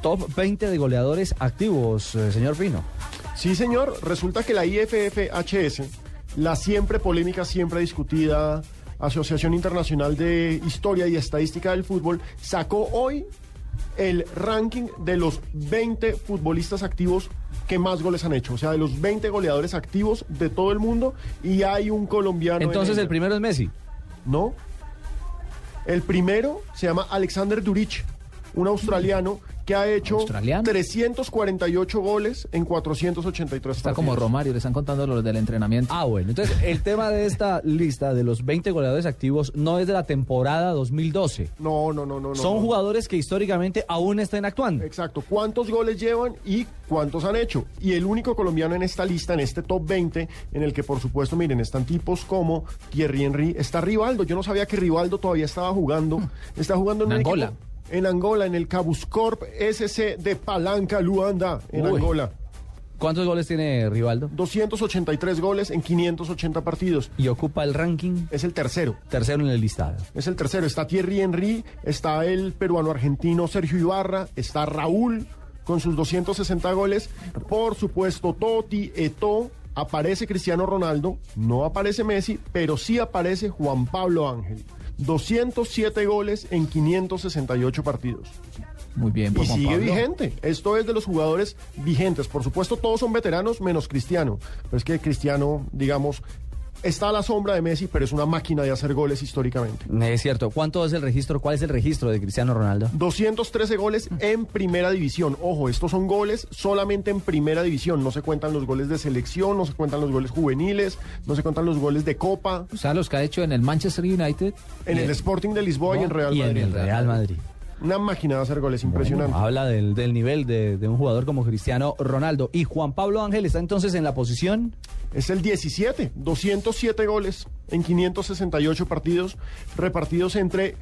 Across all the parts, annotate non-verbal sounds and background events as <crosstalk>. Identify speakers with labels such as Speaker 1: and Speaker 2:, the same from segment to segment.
Speaker 1: top 20 de goleadores activos, eh, señor Pino.
Speaker 2: Sí, señor. Resulta que la IFFHS, la siempre polémica, siempre discutida Asociación Internacional de Historia y Estadística del Fútbol, sacó hoy el ranking de los 20 futbolistas activos que más goles han hecho. O sea, de los 20 goleadores activos de todo el mundo y hay un colombiano.
Speaker 1: Entonces,
Speaker 2: en
Speaker 1: el primero es Messi.
Speaker 2: No. El primero se llama Alexander Durich, un australiano que ha hecho
Speaker 1: ¿Australiano?
Speaker 2: 348 goles en 483
Speaker 3: Está como
Speaker 2: partidos.
Speaker 3: Romario, le están contando los del entrenamiento.
Speaker 1: Ah, bueno. Entonces, el tema de esta lista de los 20 goleadores activos no es de la temporada 2012.
Speaker 2: No, no, no, no. no,
Speaker 1: Son
Speaker 2: no.
Speaker 1: jugadores que históricamente aún están actuando.
Speaker 2: Exacto. ¿Cuántos goles llevan y cuántos han hecho? Y el único colombiano en esta lista, en este top 20, en el que por supuesto, miren, están tipos como Thierry Henry, está Rivaldo. Yo no sabía que Rivaldo todavía estaba jugando.
Speaker 1: Hmm.
Speaker 2: Está jugando en,
Speaker 3: En
Speaker 2: un
Speaker 3: Angola.
Speaker 2: equipo- en Angola, en el Cabuscorp SC de Palanca, Luanda, en
Speaker 1: Uy.
Speaker 2: Angola.
Speaker 1: ¿Cuántos goles tiene Rivaldo?
Speaker 2: 283 goles en 580 partidos.
Speaker 1: Y ocupa el ranking
Speaker 2: Es el tercero.
Speaker 1: tercero en el listado.
Speaker 2: Es el tercero. Está Thierry Henry, está el peruano-argentino Sergio Ibarra, está Raúl con sus 260 goles. Por supuesto, Totti, Eto. Aparece Cristiano Ronaldo, no aparece Messi, pero sí aparece Juan Pablo Ángel. 207 goles en 568 partidos.
Speaker 3: Muy bien, por
Speaker 2: Y
Speaker 3: Juan
Speaker 2: sigue
Speaker 3: Pablo.
Speaker 2: vigente. Esto es de los jugadores vigentes. Por supuesto, todos son veteranos menos Cristiano. Pero es que Cristiano, digamos, está a la sombra de Messi, pero es una máquina de hacer goles históricamente.
Speaker 1: Es cierto. ¿Cuánto es el registro? ¿Cuál es el registro de Cristiano Ronaldo?
Speaker 2: 213 goles en primera división. Ojo, estos son goles solamente en primera división. No se cuentan los goles de selección, no se cuentan los goles juveniles, no se cuentan los goles de Copa,
Speaker 3: O sea, los que ha hecho en el Manchester United.
Speaker 2: en
Speaker 3: y
Speaker 2: el Sporting de Lisboa y en Real
Speaker 1: y en
Speaker 2: Madrid.
Speaker 1: el Real Madrid.
Speaker 2: Una máquina de hacer goles impresionante.
Speaker 3: ah.
Speaker 1: Habla del, del nivel de, de un jugador como Cristiano Ronaldo. ¿Y Juan Pablo Ángel está entonces en la posición?
Speaker 2: Es el 17, 207 goles en 568 partidos repartidos entre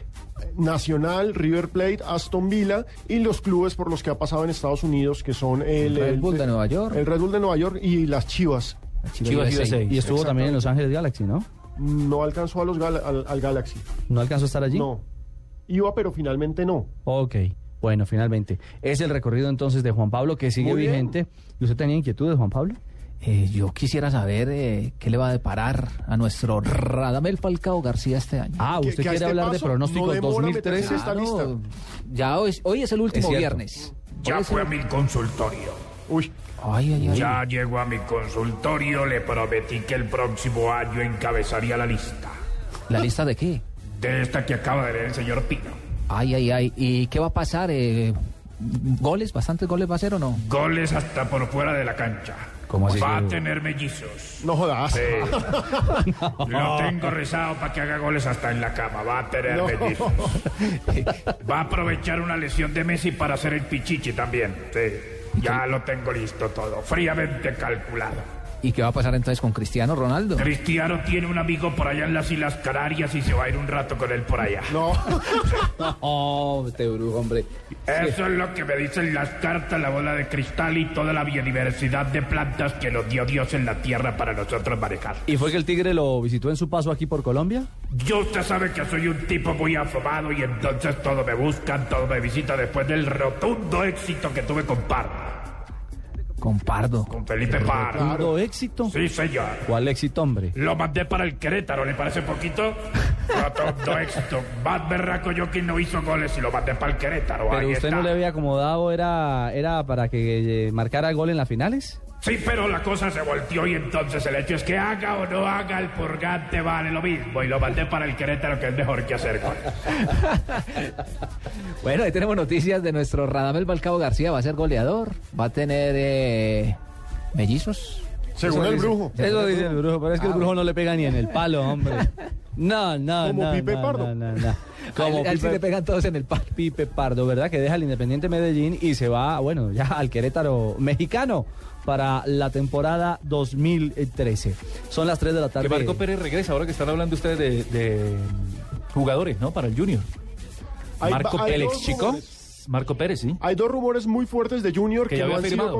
Speaker 2: Nacional, River Plate, Aston Villa y los clubes por los que ha pasado en Estados Unidos, que son el,
Speaker 3: El Red Bull de Nueva York.
Speaker 2: el Red Bull de Nueva York y las Chivas.
Speaker 3: Chivas USA.
Speaker 1: Y estuvo también en Los Ángeles Galaxy, ¿no?
Speaker 2: No alcanzó a los Gal- al, al Galaxy.
Speaker 1: ¿No alcanzó a estar allí?
Speaker 2: No. Iba, pero finalmente no.
Speaker 1: Ok. Bueno, finalmente. Es el recorrido entonces de Juan Pablo que sigue
Speaker 2: Muy bien.
Speaker 1: vigente. ¿Y usted tenía inquietudes, Juan Pablo?
Speaker 3: Eh, yo quisiera saber eh, qué le va a deparar a nuestro Radamel Falcao García este año.
Speaker 1: Ah,
Speaker 2: Que-
Speaker 1: usted
Speaker 2: que a
Speaker 1: quiere
Speaker 2: este
Speaker 1: hablar de
Speaker 2: paso
Speaker 1: pronósticos
Speaker 2: no demora meterse
Speaker 1: 2013.
Speaker 2: en
Speaker 4: Ah,
Speaker 2: esta lista.
Speaker 3: Ya hoy, es- hoy es el último
Speaker 1: cierto.
Speaker 3: viernes.
Speaker 5: Ya fue a mi consultorio.
Speaker 2: Uy,
Speaker 3: Ay, ay, ay.
Speaker 5: Ya llegó a mi consultorio, le prometí que el próximo año encabezaría la lista.
Speaker 3: ¿La lista de qué?
Speaker 5: De esta que acaba de leer el señor Pino.
Speaker 3: Ay, ay, ay. ¿Y qué va a pasar? Eh, ¿Goles? ¿Bastantes goles va a ser o no?
Speaker 5: Goles hasta por fuera de la cancha.
Speaker 3: ¿Cómo así?
Speaker 5: Va a tener
Speaker 3: <laughs>
Speaker 5: mellizos.
Speaker 2: no jodas.
Speaker 5: Sí. Lo tengo rezado para que haga goles hasta en la cama. Va a tener
Speaker 2: No.
Speaker 3: <laughs>
Speaker 5: mellizos. Va a aprovechar una lesión de Messi para hacer el pichichi también. Sí. Ya lo tengo listo todo, fríamente calculado.
Speaker 3: ¿Y qué va a pasar entonces con Cristiano
Speaker 1: <laughs>
Speaker 3: Ronaldo?
Speaker 5: Cristiano tiene un amigo por allá en las Islas Canarias y se va a ir un rato con él por allá.
Speaker 2: No.
Speaker 3: Oh, este brujo, hombre.
Speaker 5: Eso es lo que me dicen las cartas, la bola de cristal y toda la biodiversidad de plantas que nos dio Dios en la tierra para nosotros manejar.
Speaker 1: ¿Y fue que el Tigre lo visitó en su paso aquí por Colombia?
Speaker 5: Yo usted sabe que soy un tipo muy afamado y entonces todo me buscan, todo me visita después del rotundo éxito que tuve con Parra,
Speaker 3: Con Pardo.
Speaker 5: con Felipe Parra.
Speaker 1: ¿Todo éxito?
Speaker 5: Sí, señor.
Speaker 1: ¿Cuál éxito, hombre?
Speaker 5: Lo mandé para el Querétaro, ¿le parece poquito?
Speaker 1: <laughs>
Speaker 5: Rotundo éxito. Más berraco yo que no hizo goles y lo mandé para el Querétaro.
Speaker 1: ¿Pero
Speaker 5: Ahí
Speaker 1: usted
Speaker 5: está.
Speaker 1: no le había acomodado? ¿Era, era para que eh, marcara gol en las finales?
Speaker 5: Sí, pero la cosa se volteó y entonces el hecho es que haga o no haga el purgante vale lo mismo. Y lo mandé para el Querétaro, que es mejor que hacer goles.
Speaker 3: Bueno, ahí tenemos noticias de nuestro Radamel Falcao García. Va a ser goleador. Va a tener eh, mellizos.
Speaker 2: Según el brujo.
Speaker 1: Eso dice el brujo, pero es que el brujo no le pega ni en el palo, hombre. No, no,
Speaker 2: Como
Speaker 1: no,
Speaker 2: Pipe
Speaker 1: no, no,
Speaker 2: Pardo.
Speaker 1: no, no.
Speaker 3: Como
Speaker 1: Como
Speaker 3: él, sí
Speaker 1: Pipe-
Speaker 3: le pegan todos en el par.
Speaker 1: Pipe Pardo, ¿verdad? Que deja el Independiente Medellín y se va, bueno, ya al Querétaro mexicano para la temporada 2013. Son las 3 de la tarde.
Speaker 4: Que Marco Pérez regresa, ahora que están hablando ustedes de, de jugadores, ¿no? Para el Junior.
Speaker 2: Hay
Speaker 4: Marco
Speaker 2: ba- hay
Speaker 4: Pérez,
Speaker 2: dos
Speaker 4: chico.
Speaker 2: rumores.
Speaker 4: Marco Pérez, sí.
Speaker 2: Hay dos rumores muy fuertes de Junior
Speaker 4: Que
Speaker 2: que,
Speaker 4: ya
Speaker 2: no han
Speaker 4: había
Speaker 2: sido
Speaker 4: firmado.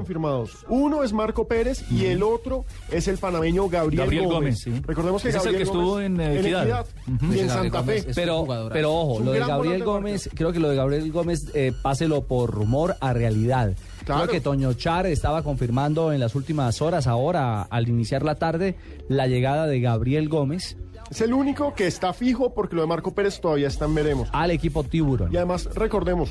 Speaker 2: confirmados. Uno es Marco Pérez y el otro es el panameño Gabriel,
Speaker 4: Gabriel Gómez,
Speaker 2: Gómez.
Speaker 4: sí.
Speaker 2: Recordemos que
Speaker 4: Ese es el
Speaker 2: Gabriel
Speaker 4: que estuvo
Speaker 2: Gómez
Speaker 4: en, eh, Equidad.
Speaker 2: y en Santa Fe.
Speaker 3: Es un
Speaker 1: Pero,
Speaker 3: jugadorazo.
Speaker 1: pero
Speaker 2: Es
Speaker 1: ojo,
Speaker 2: un
Speaker 1: lo de
Speaker 2: gran
Speaker 1: Gabriel
Speaker 2: volante, Marco.
Speaker 1: Gómez, creo que lo de Gabriel Gómez, eh, páselo por rumor a realidad.
Speaker 2: Claro.
Speaker 1: Creo que Toño Char estaba confirmando en las últimas horas, ahora al iniciar la tarde, la llegada de Gabriel Gómez
Speaker 2: Es el único que está fijo porque lo de Marco Pérez todavía está en veremos.
Speaker 1: al equipo Tiburón.
Speaker 2: Y además, recordemos,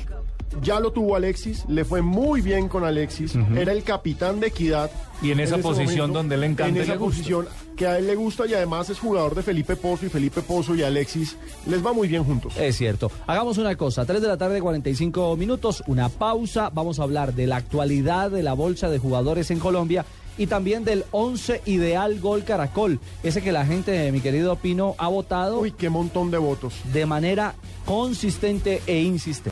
Speaker 2: ya lo tuvo Alexis, le fue muy bien con Alexis, era el capitán de Equidad.
Speaker 4: Y en esa
Speaker 2: ese
Speaker 4: posición donde le encanta
Speaker 2: En
Speaker 4: y
Speaker 2: esa
Speaker 4: le gusta.
Speaker 2: posición que a él le gusta y además es jugador de Felipe Pozo y Felipe Pozo y Alexis les va muy bien juntos.
Speaker 1: Es cierto. Hagamos una cosa, 3 de la tarde, 45 minutos, una pausa, vamos a hablar de la actualidad de la bolsa de jugadores en Colombia y también del 11 ideal gol Caracol, ese que la gente, mi querido Pino, ha votado
Speaker 2: Uy, qué montón de votos.
Speaker 1: de manera consistente e insistente.